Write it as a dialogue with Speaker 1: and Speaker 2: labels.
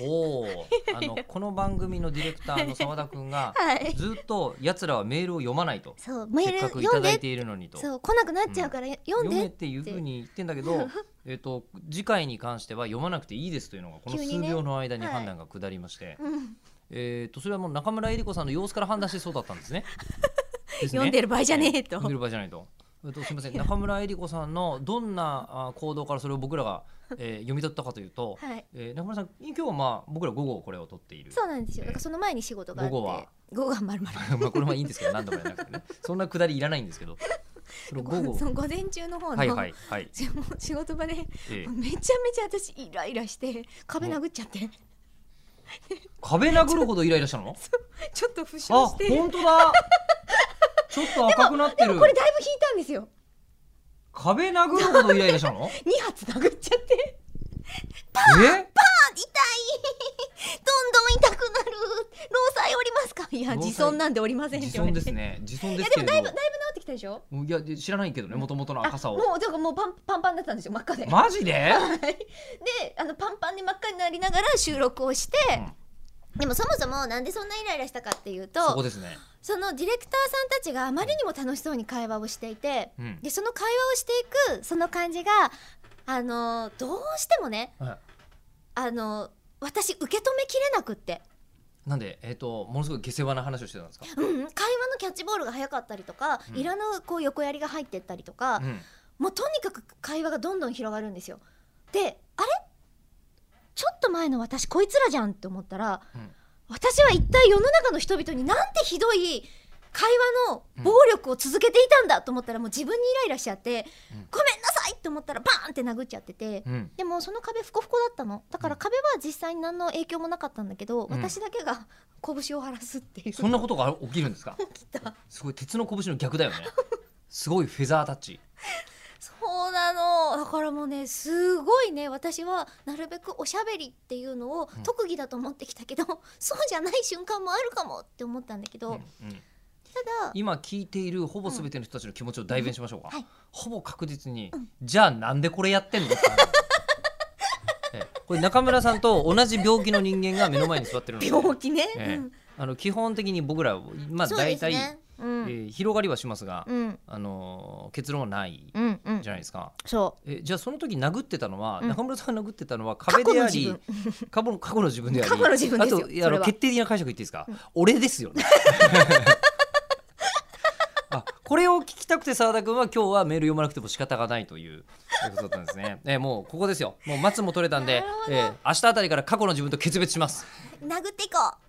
Speaker 1: おお、あのこの番組のディレクターの澤田くんが
Speaker 2: はい
Speaker 1: ずっと奴らはメールを読まないと、
Speaker 2: そうメ
Speaker 1: せっ
Speaker 2: ー
Speaker 1: か
Speaker 2: ル
Speaker 1: くい
Speaker 2: 読
Speaker 1: た
Speaker 2: ん
Speaker 1: だ
Speaker 2: で
Speaker 1: いているのにと。
Speaker 2: そう来なくなっちゃうから、読ん
Speaker 1: 読め
Speaker 2: で
Speaker 1: っ
Speaker 2: って
Speaker 1: ていうふうに言ってんだけど、 えっと次回に関しては読まなくていいですというのがこの
Speaker 2: 急
Speaker 1: 数
Speaker 2: にね
Speaker 1: 秒の間に
Speaker 2: はい
Speaker 1: 判断が下りまして、
Speaker 2: うん
Speaker 1: えっとそれはもう中村江里子さんの様子から判断してそうだったん ですね。ですね
Speaker 2: 読んでる場合じゃねえと
Speaker 1: 読んでる場合じゃないと。えっとすみません中村江里子さんのどんなあ行動からそれを僕らが、えー読み取ったかというと、
Speaker 2: はい
Speaker 1: えー中村さん今日はまあ僕ら午後これを撮っている。
Speaker 2: そうなんですよだからその前に仕事があって
Speaker 1: 午後は
Speaker 2: 午後はまるま る
Speaker 1: まあこれはいいんですけど何度もやらなく てね。そんなくだりいらないんですけど。その午後
Speaker 2: その午前中の方の、
Speaker 1: はいはいはい。
Speaker 2: しもう仕事場で
Speaker 1: ええ
Speaker 2: めちゃめちゃ私イライラして壁殴っちゃって
Speaker 1: 壁殴るほどイライラしたの？
Speaker 2: ちょっと負傷
Speaker 1: あ
Speaker 2: してでも
Speaker 1: 本当 だ。ちょっと赤くなってる
Speaker 2: こ。れだいぶ引いたんですよ
Speaker 1: 壁殴るほどイライラしたの？
Speaker 2: 2発殴っちゃって
Speaker 1: え？
Speaker 2: 痛いどんどん痛くなる労災おりますかいや
Speaker 1: 労災
Speaker 2: 自尊なんでおりませんって
Speaker 1: 自
Speaker 2: 言われ
Speaker 1: 尊
Speaker 2: て
Speaker 1: ですね。自尊
Speaker 2: い
Speaker 1: で
Speaker 2: や
Speaker 1: す
Speaker 2: で
Speaker 1: け
Speaker 2: も
Speaker 1: れ
Speaker 2: だいぶだいぶ
Speaker 1: ど
Speaker 2: 治。ってきたでしょ
Speaker 1: いやで知らないけどね元々の
Speaker 2: あ
Speaker 1: 赤さを。
Speaker 2: もうだからもうパンパンパンだったんですよ真っ赤で
Speaker 1: マジで？
Speaker 2: はい であのパンパンに真っ赤になりながら収録をして、でもそもそもなんでそんなイライラしたかっていうと
Speaker 1: そこ
Speaker 2: そ
Speaker 1: ですね。
Speaker 2: のディレクターさんたちがあまりにも楽しそうに会話をしていて、
Speaker 1: うん
Speaker 2: でその会話をしていくその感じがあのーどうしてもね
Speaker 1: は
Speaker 2: あのー私受け止めきれなくって、
Speaker 1: い。なんでえっ、とものすごい下世話な話をしてたんですか？
Speaker 2: うん、会話のキャッチボールが早かったりとか、
Speaker 1: うん
Speaker 2: いらぬこう横やりが入ってったりとか、
Speaker 1: うん。
Speaker 2: もうとにかく会話がどんどん広がるんですよであれちょっと前の私こいつらじゃんって思ったら
Speaker 1: うん
Speaker 2: 私は一体世の中の人々になんてひどい会話の暴力を続けていたんだと思ったらもう自分にイライラしちゃって、
Speaker 1: うん
Speaker 2: ごめんなさいって思ったらバーンって殴っちゃってて、
Speaker 1: うん。
Speaker 2: でもその壁フコフコだったのだから壁は実際に何の影響もなかったんだけど、
Speaker 1: うん
Speaker 2: 私だけが拳を晴らすっていう
Speaker 1: そんなことが起きるんですか？
Speaker 2: 起きた
Speaker 1: すごい鉄の拳の逆だよね。 すごいフェザータッチ。
Speaker 2: そうなのだからもうねすごいね私はなるべくおしゃべりっていうのを
Speaker 1: うん
Speaker 2: 特技だと思ってきたけど、 そうじゃない瞬間もあるかもって思ったんだけど、
Speaker 1: うんう
Speaker 2: た
Speaker 1: ん
Speaker 2: だ
Speaker 1: 今聞いているほぼ全ての人たちの気持ちを代弁しましょうか、
Speaker 2: うんはい
Speaker 1: ほぼ確実に、
Speaker 2: ん
Speaker 1: じゃあなんでこれやってんのって話 ええこれ中村さんと同じ病気の人間が目の前に座ってるので
Speaker 2: 病気ね、
Speaker 1: ええ
Speaker 2: うん
Speaker 1: あの基本的に僕らはまあ
Speaker 2: そうで
Speaker 1: 大
Speaker 2: す
Speaker 1: 体、
Speaker 2: ねうん、
Speaker 1: えー広がりはしますが、
Speaker 2: うん
Speaker 1: あのー結論はない
Speaker 2: うんうん
Speaker 1: じゃないですか、
Speaker 2: そ
Speaker 1: えじゃあその時殴ってたのは、
Speaker 2: うん
Speaker 1: 中村さんが殴ってたのは
Speaker 2: う過
Speaker 1: 壁
Speaker 2: 去
Speaker 1: で
Speaker 2: の
Speaker 1: あ
Speaker 2: 自
Speaker 1: り
Speaker 2: 分
Speaker 1: 過去の過去の自分であり
Speaker 2: 過去の自分ですよ
Speaker 1: あといや
Speaker 2: そ
Speaker 1: あ
Speaker 2: れは
Speaker 1: の決定的な解釈言っていいですか、俺ですよね あこれを聞きたくて澤田君は今日はメール読まなくても仕方がないというということだったんですねえもうここですよもう松も取れたんで
Speaker 2: なる、ほど
Speaker 1: えー明日あたりから過去の自分と決別します
Speaker 2: 殴っていこう